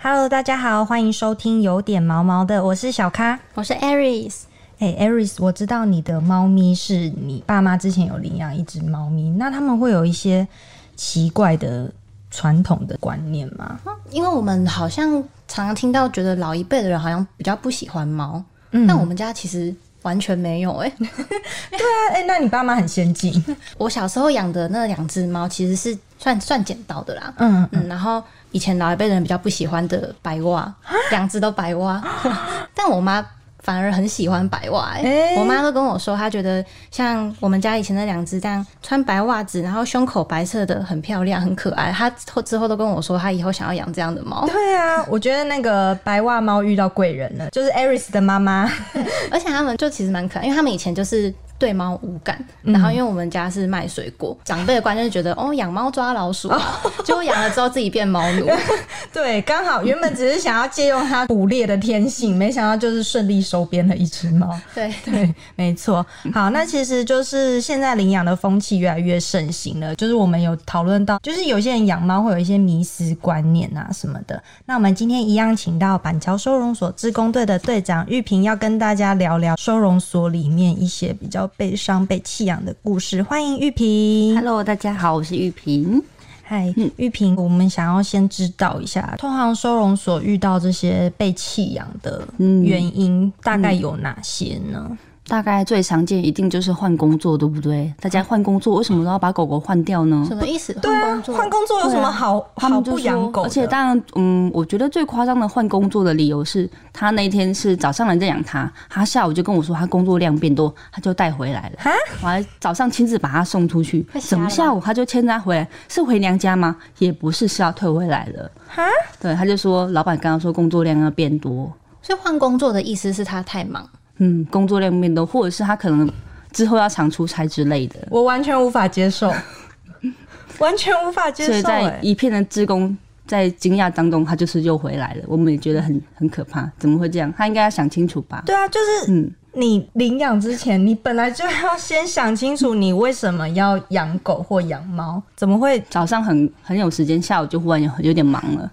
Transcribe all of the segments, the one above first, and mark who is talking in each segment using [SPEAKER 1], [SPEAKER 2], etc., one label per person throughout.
[SPEAKER 1] Hello，大家好，欢迎收听有点毛毛的，我是小咖。
[SPEAKER 2] 我是 Aries，
[SPEAKER 1] 哎、e r i s 我知道你的猫咪是你爸妈之前有领养一只猫咪，那他们会有一些奇怪的传统的观念吗？
[SPEAKER 2] 因为我们好像常常听到，觉得老一辈的人好像比较不喜欢猫，但我们家其实完全没有、欸。哎，
[SPEAKER 1] 哎、那你爸妈很先进，
[SPEAKER 2] 我小时候养的那两只猫其实是算算捡到的啦。
[SPEAKER 1] 嗯，
[SPEAKER 2] 嗯，然后以前老一辈的人比较不喜欢的白袜，两只都白袜，但我妈反而很喜欢白袜、欸。
[SPEAKER 1] 哎
[SPEAKER 2] 我妈都跟我说，她觉得像我们家以前那两只这样穿白袜子，然后胸口白色的，很漂亮，很可爱。她之后都跟我说，她以后想要养这样的猫。
[SPEAKER 1] 对啊，我觉得那个白袜猫遇到贵人了，就是 Eris 的妈 妈。
[SPEAKER 2] 而且他们就其实蛮可爱，因为他们以前就是对猫无感，
[SPEAKER 1] 嗯
[SPEAKER 2] 然后因为我们家是卖水果，长辈的观念就觉得哦养猫抓老鼠啊， 结果养了之后自己变猫奴，
[SPEAKER 1] 对，刚好原本只是想要借用它捕猎的天性，没想到就是顺利收编了一只猫。
[SPEAKER 2] 对。
[SPEAKER 1] 对，没错。好，那其实就是现在领养的风气越来越盛行了。就是我们有讨论到，就是有些人养猫会有一些迷思观念啊什么的。那我们今天一样请到板桥收容所志工队的队长玉萍，要跟大家聊聊收容所里面一些比较悲伤、被弃养的故事。欢迎玉萍。
[SPEAKER 3] Hello，大家好，我是玉萍。
[SPEAKER 1] 嗨，玉萍，我们想要先知道一下，通常收容所遇到这些被弃养的
[SPEAKER 3] 嗯
[SPEAKER 1] 原因，大概有哪些呢？
[SPEAKER 3] 大概最常见一定就是换工作，对不对？大家换工作，为什么都要把狗狗换掉呢？
[SPEAKER 2] 什么意思？
[SPEAKER 1] 对啊
[SPEAKER 2] 换工，作
[SPEAKER 1] 换工作有什么好、
[SPEAKER 3] 他
[SPEAKER 1] 好
[SPEAKER 3] 们就
[SPEAKER 1] 不养
[SPEAKER 3] 说
[SPEAKER 1] 狗的？
[SPEAKER 3] 而且当然，嗯，我觉得最夸张的换工作的理由是，他那天是早上人家养他，他下午就跟我说他工作量变多，他就带回来了。
[SPEAKER 1] 哈
[SPEAKER 3] 我还早上亲自把他送出去
[SPEAKER 2] 会，吓
[SPEAKER 3] 怎么
[SPEAKER 2] 到
[SPEAKER 3] 下午他就牵着他回来？是回娘家吗？也不是，是要退回来了。
[SPEAKER 1] 哈，
[SPEAKER 3] 对，他就说老板刚刚说工作量要变多，
[SPEAKER 2] 所以换工作的意思是他太忙，
[SPEAKER 3] 嗯，工作量变多，或者是他可能之后要常出差之类的。
[SPEAKER 1] 我完全无法接 受，完全无法接
[SPEAKER 3] 所以
[SPEAKER 1] 受、
[SPEAKER 3] 在
[SPEAKER 1] 欸。
[SPEAKER 3] 一片的职工在惊讶当中，他就是又回来了。我们也觉得很很可怕，怎么会这样？他应该要想清楚吧？
[SPEAKER 1] 对啊，就是
[SPEAKER 3] 嗯，
[SPEAKER 1] 你领养之前，你本来就要先想清楚，
[SPEAKER 3] 嗯
[SPEAKER 1] 你为什么要养狗或养猫？怎么会？
[SPEAKER 3] 早上很很有时间，下午就忽然有有点忙了。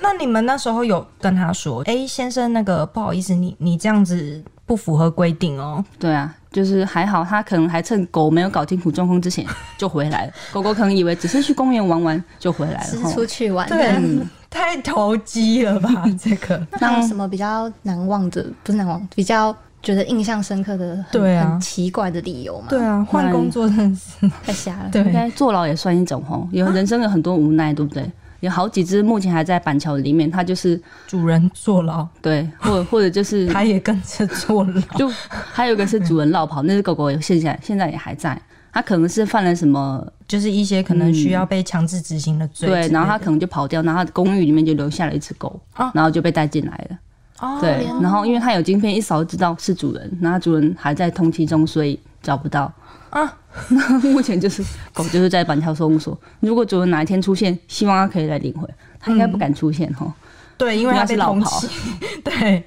[SPEAKER 1] 那你们那时候有跟他说，哎、先生，那个不好意思，你你这样子不符合规定哦、
[SPEAKER 3] 对啊，就是还好他可能还趁狗没有搞清楚状况之前就回 来了。狗狗可能以为只是去公园玩玩就回来
[SPEAKER 2] 是
[SPEAKER 3] 了。吼
[SPEAKER 2] 出去玩。
[SPEAKER 1] 对，
[SPEAKER 3] 啊
[SPEAKER 1] 啊太投机了 吧？这个
[SPEAKER 2] 那还有什么比较难忘的？不是难忘，比较觉得印象深刻的，很
[SPEAKER 1] 对啊
[SPEAKER 2] 很奇怪的理由嘛。
[SPEAKER 1] 对，啊，换工作真的是
[SPEAKER 2] 太瞎了。
[SPEAKER 3] 应
[SPEAKER 1] 对。
[SPEAKER 3] 该坐牢也算一种吼，有人生有很多无奈，对不对？有好几只目前还在板桥里面，它就是
[SPEAKER 1] 主人坐牢，
[SPEAKER 3] 对，或者或者就是
[SPEAKER 1] 他也跟着坐牢。
[SPEAKER 3] 就还有一个是主人落跑，那只狗狗有现在现在也还在，它可能是犯了什么
[SPEAKER 1] 就是一些可能需要被强制执行的罪之类
[SPEAKER 3] 嗯对
[SPEAKER 1] 的、，
[SPEAKER 3] 然后它可能就跑掉，然后它的公寓里面就留下了一只狗，
[SPEAKER 1] 啊
[SPEAKER 3] 然后就被带进来了。
[SPEAKER 1] 哦
[SPEAKER 3] 对，然后因为它有晶片，一扫就知道是主人，然后主人还在通缉中，所以找不到。
[SPEAKER 1] 啊，
[SPEAKER 3] 目前就是狗就是在板桥收容所，如果主人哪一天出现，希望它可以来领回，它应该不敢出现哈。
[SPEAKER 1] 对，因为
[SPEAKER 3] 因为
[SPEAKER 1] 他
[SPEAKER 3] 它
[SPEAKER 1] 被
[SPEAKER 3] 是老
[SPEAKER 1] 通
[SPEAKER 3] 跑
[SPEAKER 1] 缉， 对，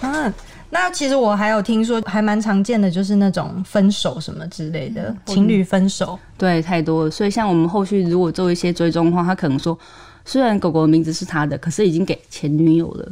[SPEAKER 1] 啊。那其实我还有听说，还蛮常见的，就是那种分手什么之类
[SPEAKER 3] 嗯
[SPEAKER 1] 的，情侣分手，
[SPEAKER 3] 对，太多了。所以像我们后续如果做一些追踪的话，他可能说，虽然狗狗的名字是他的，可是已经给前女友了，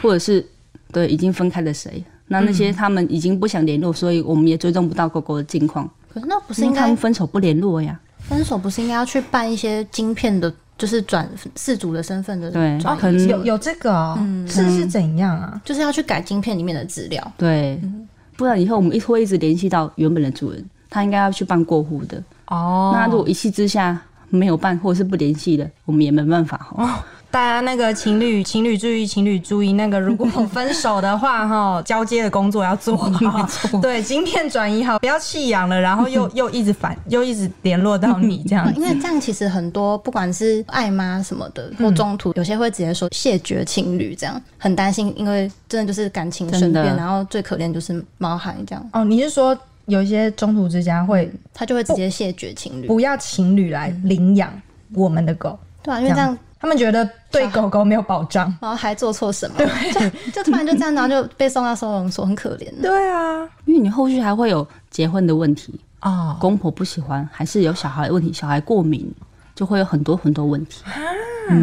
[SPEAKER 3] 或者是对已经分开的谁。那那
[SPEAKER 2] 嗯
[SPEAKER 3] 些他们已经不想联络，所以我们也追踪不到狗狗的近况，
[SPEAKER 2] 可是那不是
[SPEAKER 3] 因
[SPEAKER 1] 嗯
[SPEAKER 2] 应
[SPEAKER 3] 为他
[SPEAKER 2] 该
[SPEAKER 3] 们分手不联络呀。
[SPEAKER 2] 分手，不是应该要去办一些晶片的，就是转事主的身份的
[SPEAKER 3] 对
[SPEAKER 2] 转移
[SPEAKER 3] 嗯可能
[SPEAKER 1] 哦
[SPEAKER 3] 嗯
[SPEAKER 1] 有有这个哦、是是怎样啊？
[SPEAKER 2] 就是要去改晶片里面的资料。
[SPEAKER 3] 对，
[SPEAKER 2] 嗯
[SPEAKER 3] 不然以后我们一会一直联系到原本的主人，他应该要去办过户的。
[SPEAKER 1] 哦
[SPEAKER 3] 那如果一气之下没有办，或者是不联系了，我们也没办法哈。
[SPEAKER 2] 哦
[SPEAKER 1] 大家那个情侣情侣注意，情侣注意，那个如果分手的 话，哈，交接的工作要做好，对，晶片转移好，不要弃养了，然后又 又一直反，又一直联络到你这样
[SPEAKER 2] 因为这样其实很多，不管是爱妈什么的，或中途有些会直接说谢绝情侣，这样很担心，因为真的就是感情生
[SPEAKER 3] 真
[SPEAKER 2] 变，
[SPEAKER 3] 的
[SPEAKER 2] 然后最可怜就是毛孩这样，
[SPEAKER 1] 哦，你是说有一些中途之家会
[SPEAKER 2] 他就会直接谢绝情侣，
[SPEAKER 1] 不要情侣来领养我们的狗？
[SPEAKER 2] 对啊，因为这样
[SPEAKER 1] 他们觉得对狗狗没有保障。
[SPEAKER 2] 毛孩做错什么，就就突然就这样，然后就被送到收容所，很可怜。
[SPEAKER 1] 对啊，
[SPEAKER 3] 因为你后续还会有结婚的问题，
[SPEAKER 1] 哦，
[SPEAKER 3] 公婆不喜欢，还是有小孩的问题，小孩过敏，就会有很多很多问题。
[SPEAKER 2] 那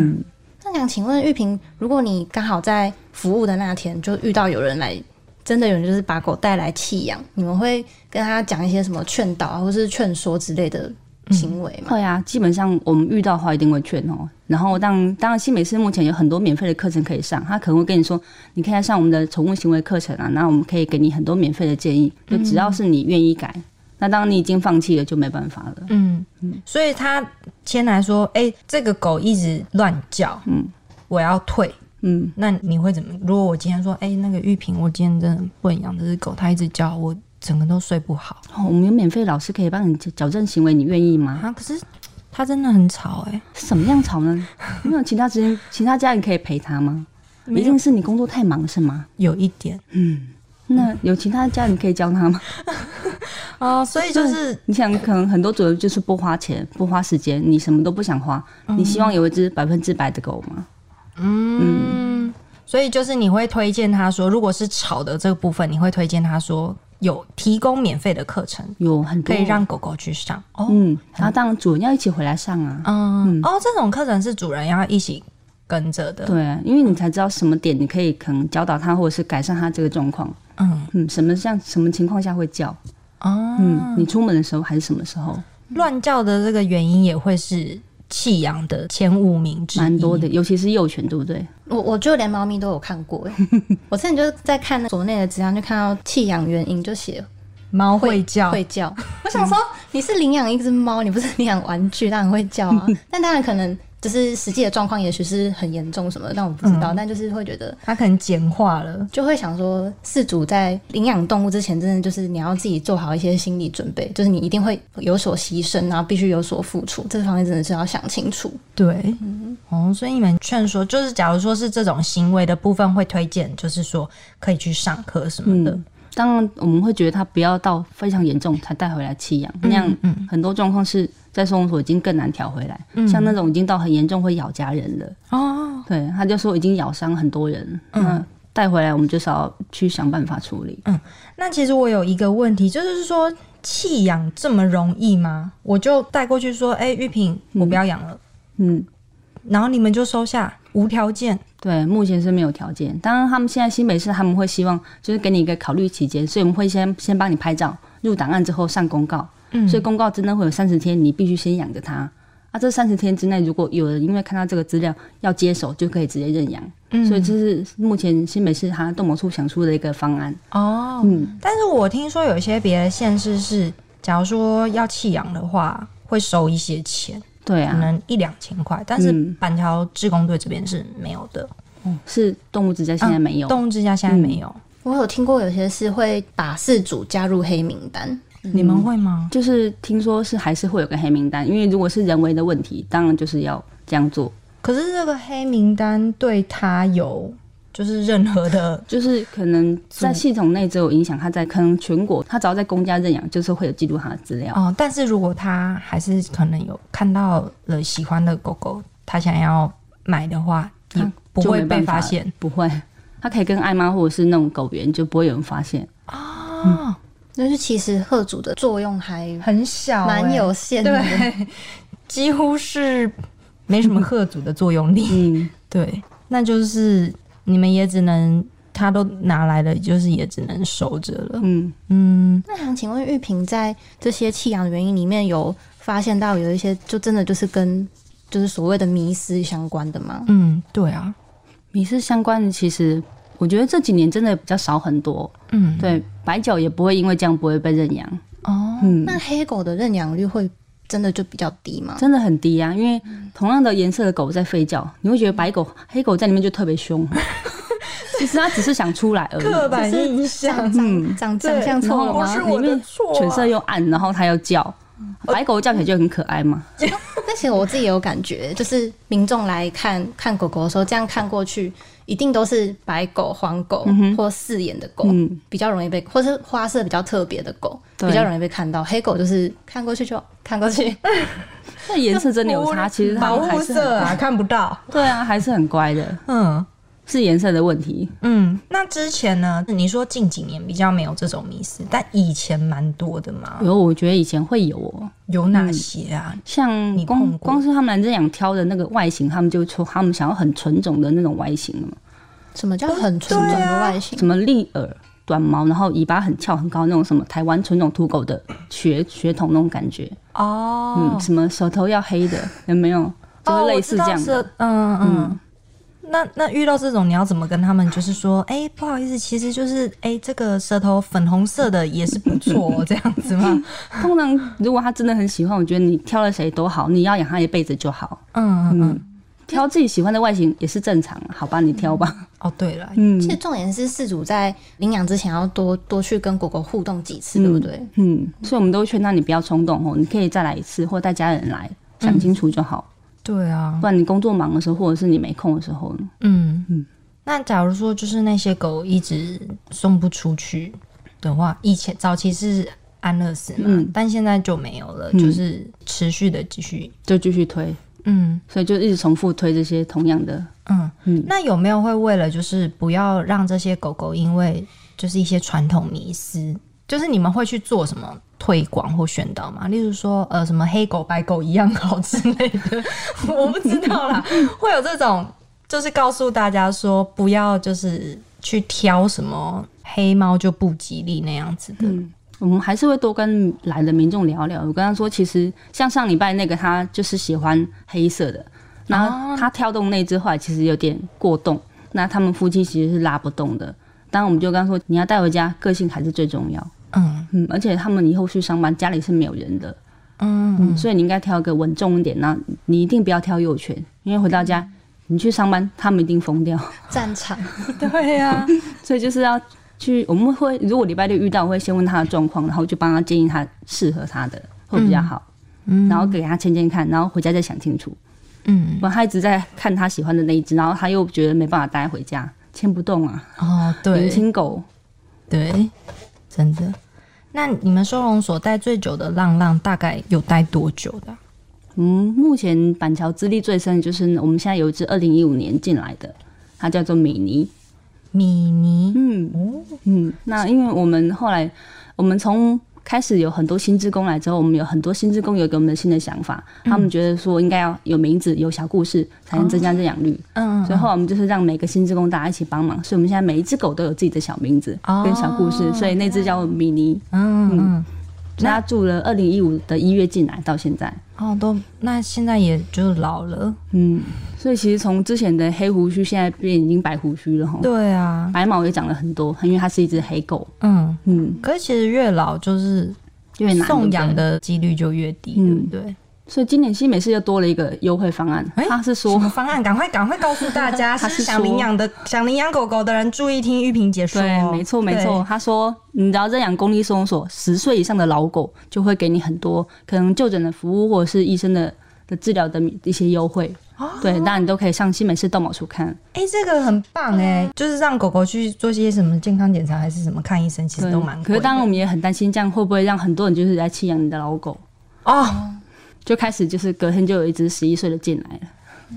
[SPEAKER 2] 那想请问玉萍，如果你刚好在服务的那天就遇到有人来，真的有人就是把狗带来弃养，你们会跟他讲一些什么劝导啊，或是劝说之类的行为吗？
[SPEAKER 3] 会啊，基本上我们遇到的话一定会劝哦。然后当当然新美式目前有很多免费的课程可以上，他可能会跟你说，你可以来上我们的宠物行为课程啊，那我们可以给你很多免费的建议，就只要是你愿意改。那当你已经放弃了，就没办法了。
[SPEAKER 1] 嗯，所以他先来说，哎、这个狗一直乱叫，嗯，我要退。
[SPEAKER 3] 嗯，
[SPEAKER 1] 那你会怎么？如果我今天说，哎、那个玉萍，我今天真的不能养这只狗，它一直叫，我整个都睡不好
[SPEAKER 3] 哦，我们有免费老师可以帮你矫矫正行为，你愿意吗？
[SPEAKER 1] 啊。可是它真的很吵、哎，
[SPEAKER 3] 是怎么样吵呢？没有其他时间，其他家人可以陪他吗？
[SPEAKER 1] 没有
[SPEAKER 3] 一定是你工作太忙是吗？
[SPEAKER 1] 有一点
[SPEAKER 3] 那有其他家人可以教他吗？
[SPEAKER 1] 哦，所以就是
[SPEAKER 3] 你想，可能很多主人就是不花钱、不花时间，你什么都不想花，
[SPEAKER 1] 嗯
[SPEAKER 3] 你希望有一只百分之百的狗吗？
[SPEAKER 1] 所以就是你会推荐他说，如果是吵的这个部分，你会推荐他说有提供免费的课程，
[SPEAKER 3] 有很
[SPEAKER 1] 可
[SPEAKER 3] 多
[SPEAKER 1] 以让狗狗去上。哦，
[SPEAKER 3] 嗯，然后当然主人要一起回来上啊。
[SPEAKER 1] 嗯，哦，这种课程是主人要一起跟着的。
[SPEAKER 3] 对，啊因为你才知道什么点你可以可能教导他，或者是改善他这个状况。
[SPEAKER 1] 嗯，
[SPEAKER 3] 嗯，什么像什么情况下会叫？
[SPEAKER 1] 哦，
[SPEAKER 3] 嗯，你出门的时候还是什么时候？
[SPEAKER 1] 乱叫的这个原因也会是弃养的前五名之一，
[SPEAKER 3] 蛮多的，尤其是幼犬，对不对？
[SPEAKER 2] 我我就连猫咪都有看过哎，我之前就是在看国内的资料，就看到弃养原因就写
[SPEAKER 1] 猫会叫，
[SPEAKER 2] 会叫。我想说，你是领养一只猫，你不是领养玩具，当然会叫啊。但当然可能就是实际的状况，也许是很严重什么的，但我不知道。但就是会觉得，
[SPEAKER 1] 它可能简化了。
[SPEAKER 2] 就会想说，饲主在领养动物之前，真的就是你要自己做好一些心理准备，就是你一定会有所牺牲，然后必须有所付出。这方面真的是要想清楚。
[SPEAKER 1] 对，
[SPEAKER 3] 嗯
[SPEAKER 1] 哦，所以你们劝说，就是假如说是这种行为的部分，会推荐，就是说可以去上课什么的。
[SPEAKER 3] 嗯，当然我们会觉得它不要到非常严重才带回来弃养，
[SPEAKER 1] 嗯
[SPEAKER 3] 那样很多状况是在收容所已经更难调回来。
[SPEAKER 1] 嗯
[SPEAKER 3] 像那种已经到很严重会咬家人的，
[SPEAKER 1] 哦，
[SPEAKER 3] 对，他就说已经咬伤很多人，
[SPEAKER 1] 嗯
[SPEAKER 3] 那带回来我们就是要去想办法处理。
[SPEAKER 1] 那其实我有一个问题，就是说弃养这么容易吗？我就带过去说，哎、玉萍，我不要养了，
[SPEAKER 3] 嗯，
[SPEAKER 1] 然后你们就收下，无条件。
[SPEAKER 3] 对，目前是没有条件。当然，他们现在新北市他们会希望就是给你一个考虑期间，所以我们会先先帮你拍照入档案之后上公告，
[SPEAKER 1] 嗯
[SPEAKER 3] 所以公告真的会有三十天，你必须先养着它。啊，这三十天之内，如果有人因为看到这个资料要接手，就可以直接认养。
[SPEAKER 1] 嗯
[SPEAKER 3] 所以这是目前新北市它动保处想出的一个方案。
[SPEAKER 1] 哦，
[SPEAKER 3] 嗯，
[SPEAKER 1] 但是我听说有一些别的县市是，假如说要弃养的话，会收一些钱，
[SPEAKER 3] 对
[SPEAKER 1] 可
[SPEAKER 3] 啊，
[SPEAKER 1] 能一两千块，但是
[SPEAKER 3] 嗯
[SPEAKER 1] 板桥志工队这边是没有的，
[SPEAKER 3] 是动物之家现在没有。
[SPEAKER 1] 嗯动物之家现在没有，
[SPEAKER 2] 我有听过有些是会把饲主加入黑名单，
[SPEAKER 1] 你们会吗？
[SPEAKER 3] 就是听说是还是会有个黑名单，因为如果是人为的问题，当然就是要这样做。
[SPEAKER 1] 可是这个黑名单对他有就是任何的，
[SPEAKER 3] 就是可能在系统内只有影响，他在可能全国，他只要在公家认养，就是会有记录他的资料。
[SPEAKER 1] 哦、但是如果他还是可能有看到了喜欢的狗狗，他想要买的话，也
[SPEAKER 3] 他
[SPEAKER 1] 不
[SPEAKER 3] 啊就
[SPEAKER 1] 会
[SPEAKER 3] 没
[SPEAKER 1] 被
[SPEAKER 3] 办法
[SPEAKER 1] 发
[SPEAKER 3] 了
[SPEAKER 1] 现哦
[SPEAKER 3] 不会，他可以跟爱妈或者是那种狗园，就不会有人发现。嗯
[SPEAKER 1] 哦，
[SPEAKER 2] 就是其实贺主的作用还
[SPEAKER 1] 很小、
[SPEAKER 2] 蛮
[SPEAKER 1] 欸
[SPEAKER 2] 有限的。
[SPEAKER 1] 对，几乎是没什么贺组的作用力。
[SPEAKER 3] 嗯，
[SPEAKER 1] 对，那就是你们也只能，他都拿来了，就是也只能收着了。
[SPEAKER 3] 嗯，
[SPEAKER 1] 嗯，
[SPEAKER 2] 那想请问玉萍，在这些弃养的原因里面，有发现到有一些就真的就是跟就是所谓的迷失相关的吗？
[SPEAKER 1] 嗯，对啊，
[SPEAKER 3] 米氏相关的，其实我觉得这几年真的比较少很多。
[SPEAKER 1] 嗯，
[SPEAKER 3] 对，白酒也不会因为这样不会被认养。
[SPEAKER 1] 哦，
[SPEAKER 3] 嗯，
[SPEAKER 2] 那黑狗的认养率会真的就比较低吗？
[SPEAKER 3] 真的很低啊，因为
[SPEAKER 1] 嗯
[SPEAKER 3] 同样的颜色的狗在吠叫，你会觉得白狗、黑狗在里面就特别 凶。其实它只是想出来而
[SPEAKER 1] 刻
[SPEAKER 3] 已，
[SPEAKER 1] 板印
[SPEAKER 2] 长
[SPEAKER 1] 象，
[SPEAKER 2] 长
[SPEAKER 1] 嗯
[SPEAKER 2] 长长相错了
[SPEAKER 1] 不
[SPEAKER 2] 吗
[SPEAKER 1] 是？我的错、啊
[SPEAKER 3] 犬色又暗，然后它又叫，
[SPEAKER 1] 哦
[SPEAKER 3] 白狗叫起来就很可爱嘛。
[SPEAKER 2] 但其实我自己也有感觉，就是民众来看看狗狗的时候，这样看过去，一定都是白狗、黄狗、
[SPEAKER 1] 嗯
[SPEAKER 2] 或四眼的狗、
[SPEAKER 3] 嗯
[SPEAKER 2] 比较容易被，或是花色比较特别的狗
[SPEAKER 3] 对
[SPEAKER 2] 比较容易被看到。黑狗就是看过去就 看过去，
[SPEAKER 3] 那颜色真的有差，其实它
[SPEAKER 1] 保
[SPEAKER 3] 们
[SPEAKER 1] 护
[SPEAKER 3] 还是很
[SPEAKER 1] 色啊，看不到。
[SPEAKER 3] 对啊，还是很乖的。
[SPEAKER 1] 嗯，
[SPEAKER 3] 是颜色的问题。
[SPEAKER 1] 嗯，那之前呢？你说近几年比较没有这种迷思，但以前蛮多的嘛。
[SPEAKER 3] 有，我觉得以前会有哦，
[SPEAKER 1] 有哪些啊？
[SPEAKER 3] 像
[SPEAKER 1] 你碰
[SPEAKER 3] 光
[SPEAKER 1] 过
[SPEAKER 3] 光是他们这样挑的那个外形，他们就说他们想要很纯种的那种外形的嘛，
[SPEAKER 2] 什么叫很纯种的外形？
[SPEAKER 3] 什么立耳、短毛，然后尾巴很翘很高那种，什么台湾纯种土狗的血血统那种感觉，
[SPEAKER 1] 哦，
[SPEAKER 3] 嗯，什么手头要黑的，有没有？就是类似这样的。
[SPEAKER 1] 的。嗯嗯。那那遇到这种，你要怎么跟他们？就是说，哎、不好意思，其实就是哎、这个舌头粉红色的也是不错、哦，这样子 吗？
[SPEAKER 3] 通常如果他真的很喜欢，我觉得你挑了谁都好，你要养他一辈子就好。
[SPEAKER 1] 嗯嗯嗯。
[SPEAKER 3] 挑自己喜欢的外形也是正常，啊好吧，你挑吧。
[SPEAKER 1] 哦，对了，
[SPEAKER 3] 嗯
[SPEAKER 2] 其实重点是饲主在领养之前要多多去跟狗狗互动几次，对不对？
[SPEAKER 3] 嗯，所以我们都会劝他你不要冲动哦，你可以再来一次，或带家人来，想清楚就好。
[SPEAKER 1] 对啊，
[SPEAKER 3] 不然你工作忙的时候，或者是你没空的时候，
[SPEAKER 1] 嗯嗯
[SPEAKER 3] 嗯。
[SPEAKER 1] 那假如说就是那些狗一直送不出去的话，以前早期是安乐死嘛，
[SPEAKER 3] 嗯
[SPEAKER 1] 但现在就没有了，
[SPEAKER 3] 嗯
[SPEAKER 1] 就是持续的继续。
[SPEAKER 3] 就继续推，
[SPEAKER 1] 嗯
[SPEAKER 3] 所以就一直重复推这些同样的。
[SPEAKER 1] 嗯
[SPEAKER 3] 嗯
[SPEAKER 1] 那有没有会为了就是不要让这些狗狗因为就是一些传统迷思，就是你们会去做什么推广或宣导吗？例如说呃什么黑狗白狗一样好之类的， 我不知道 啦，会有这种就是告诉大家说不要就是去挑什么黑猫就不吉利那样子的。
[SPEAKER 3] 嗯，我们还是会多跟来的民众聊聊。我跟他说，其实像上礼拜那个，他就是喜欢黑色的，然后他跳动那只后来其实有点过动，那他们夫妻其实是拉不动的。当然，我们就跟他说，你要带回家，个性还是最重要。
[SPEAKER 1] 嗯
[SPEAKER 3] 嗯，而且他们以后去上班，家里是没有人的。
[SPEAKER 1] 嗯
[SPEAKER 3] 嗯，所以你应该挑一个稳重一点，那你一定不要挑幼犬，因为回到家你去上班，他们一定疯掉。
[SPEAKER 2] 战场
[SPEAKER 1] 对呀、
[SPEAKER 3] 啊所以就是要去，我们会如果礼拜六遇到，我会先问他的状况，然后就帮他建议他适合他的会比较好，
[SPEAKER 1] 嗯
[SPEAKER 3] 然后给他签签看，然后回家再想清楚。
[SPEAKER 1] 嗯
[SPEAKER 3] 不然他一直在看他喜欢的那一只，然后他又觉得没办法带回家，牵不动啊，
[SPEAKER 1] 哦
[SPEAKER 3] 年
[SPEAKER 1] 对，
[SPEAKER 3] 轻狗。
[SPEAKER 1] 对，真的。那你们收容所待最久的浪浪大概有待多久的啊？
[SPEAKER 3] 嗯，目前板桥资历最深的就是我们现在有一只二零一五年进来的，它叫做米妮。
[SPEAKER 1] 米妮，
[SPEAKER 3] 嗯嗯，那因为我们后来，我们从开始有很多新职工来之后，我们有很多新职工有给我们的新的想法，
[SPEAKER 1] 嗯
[SPEAKER 3] 他们觉得说应该要有名字、有小故事，才能增加认养率。
[SPEAKER 1] 嗯，
[SPEAKER 3] 所以后来我们就是让每个新职工大家一起帮忙，所以我们现在每一只狗都有自己的小名字
[SPEAKER 1] 哦
[SPEAKER 3] 跟小故事，所以那只叫米妮，
[SPEAKER 1] 嗯嗯，
[SPEAKER 3] 所以它住了二零一五的一月进来到现在。
[SPEAKER 1] 哦，都那现在也就老了，
[SPEAKER 3] 嗯，所以其实从之前的黑胡须，现在变已经白胡须了哈，
[SPEAKER 1] 对啊，
[SPEAKER 3] 白毛也长了很多，因为它是一只黑狗。
[SPEAKER 1] 嗯。
[SPEAKER 3] 嗯，
[SPEAKER 1] 可是其实越老就是
[SPEAKER 3] 越难
[SPEAKER 1] 送养
[SPEAKER 3] 对不对
[SPEAKER 1] 的几率就越低，对
[SPEAKER 3] 嗯
[SPEAKER 1] 不对？
[SPEAKER 3] 所以今年新美式又多了一个优惠方案，
[SPEAKER 1] 哎
[SPEAKER 3] 他是
[SPEAKER 1] 什
[SPEAKER 3] 说
[SPEAKER 1] 么方案？赶快赶快告诉大家！
[SPEAKER 3] 他
[SPEAKER 1] 是
[SPEAKER 3] 是
[SPEAKER 1] 想领
[SPEAKER 3] 说
[SPEAKER 1] 养的、想领养狗狗的人，注意听玉萍姐说哦。
[SPEAKER 3] 对，没错没错，他说你只要认养公立收容所十岁以上的老狗，就会给你很多可能就诊的服务或者是医生的的治疗的一些优惠。
[SPEAKER 1] 哦
[SPEAKER 3] 对，那你都可以上新美式动保处看，
[SPEAKER 1] 哎、这个很棒哎、
[SPEAKER 3] 啊
[SPEAKER 1] 就是让狗狗去做些什么健康检查，还是什么看医生，其实
[SPEAKER 3] 对
[SPEAKER 1] 都蛮
[SPEAKER 3] 可
[SPEAKER 1] 贵
[SPEAKER 3] 是
[SPEAKER 1] 的。
[SPEAKER 3] 当然我们也很担心，这样会不会让很多人就是来弃养你的老狗？
[SPEAKER 1] 哦，
[SPEAKER 3] 就开始就是隔天就有一只十一岁的进来了，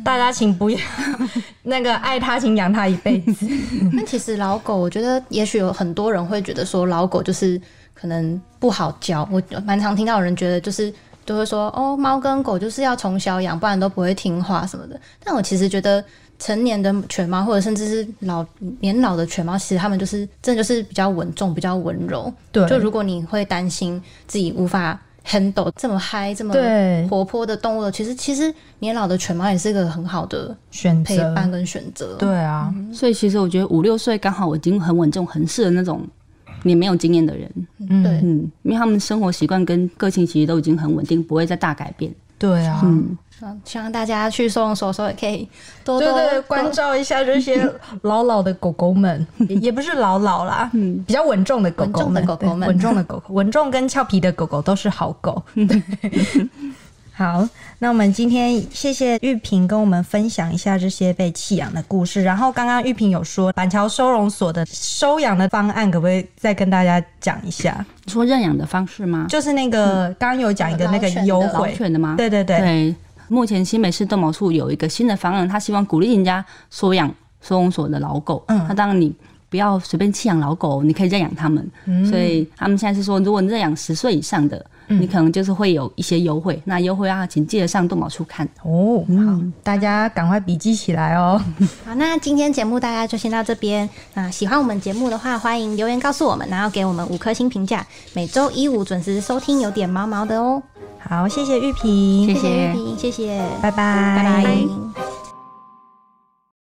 [SPEAKER 1] 大家请不要 那个爱它，请养它一辈子。
[SPEAKER 2] 那其实老狗，我觉得也许有很多人会觉得说老狗就是可能不好教。我蛮常听到有人觉得就是都会说哦，猫跟狗就是要从小养，不然都不会听话什么的。但我其实觉得成年的犬猫或者甚至是老年老的犬猫，其实它们就是真的就是比较稳重、比较温柔。
[SPEAKER 1] 对
[SPEAKER 2] 就如果你会担心自己无法 handle 这么嗨、这么
[SPEAKER 1] 对
[SPEAKER 2] 活泼的动物的，其实其实年老的犬猫也是一个很好的
[SPEAKER 1] 选
[SPEAKER 2] 陪
[SPEAKER 1] 择
[SPEAKER 2] 伴跟嗯选择。
[SPEAKER 1] 对啊，
[SPEAKER 3] 所以其实我觉得五六岁刚好已经很稳重，很适合那种你没有经验的人。
[SPEAKER 1] 嗯
[SPEAKER 2] 对
[SPEAKER 3] 嗯，因为他们生活习惯跟个性其实都已经很稳定，不会再大改变。
[SPEAKER 1] 对啊，
[SPEAKER 3] 嗯，
[SPEAKER 2] 嗯，希望大家去收容所的时候也可以多
[SPEAKER 1] 对
[SPEAKER 2] 多
[SPEAKER 1] 对，关照一下这些
[SPEAKER 2] 嗯
[SPEAKER 1] 老老的狗狗们，也也不是老老啦，比较稳重的狗狗们，
[SPEAKER 2] 嗯稳重的狗狗们
[SPEAKER 1] 对稳重的狗狗，稳重跟俏皮的狗狗都是好狗。
[SPEAKER 2] 嗯
[SPEAKER 1] 对， 好，那我们今天谢谢玉萍跟我们分享一下这些被弃养的故事。然后刚刚玉萍有说板桥收容所的收养的方案，可不可以再跟大家讲一下？
[SPEAKER 3] 你说认养的方式吗？
[SPEAKER 1] 就是那个刚刚有讲一个那个
[SPEAKER 2] 老犬的
[SPEAKER 1] 优
[SPEAKER 3] 老
[SPEAKER 1] 惠，
[SPEAKER 3] 犬的吗？
[SPEAKER 1] 对对对，
[SPEAKER 3] 对。目前新北市动保处有一个新的方案，他希望鼓励人家收养收容所的老狗，
[SPEAKER 1] 嗯
[SPEAKER 3] 那当然你不要随便弃养老狗，你可以认养它们。
[SPEAKER 1] 嗯
[SPEAKER 3] 所以他们现在是说，如果你认养十岁以上的，你可能就是会有一些优惠。那优惠啊，请记得上动保处看。
[SPEAKER 1] 哦，好，大家赶快笔记起来哦。
[SPEAKER 2] 好，那今天节目大概就先到这边。那喜欢我们节目的话，欢迎留言告诉我们，然后给我们五颗星评价。每周一五准时收听，有点毛毛的哦。
[SPEAKER 1] 好，谢谢玉萍，
[SPEAKER 3] 谢谢
[SPEAKER 2] 玉萍谢谢，
[SPEAKER 1] 拜拜
[SPEAKER 2] 拜拜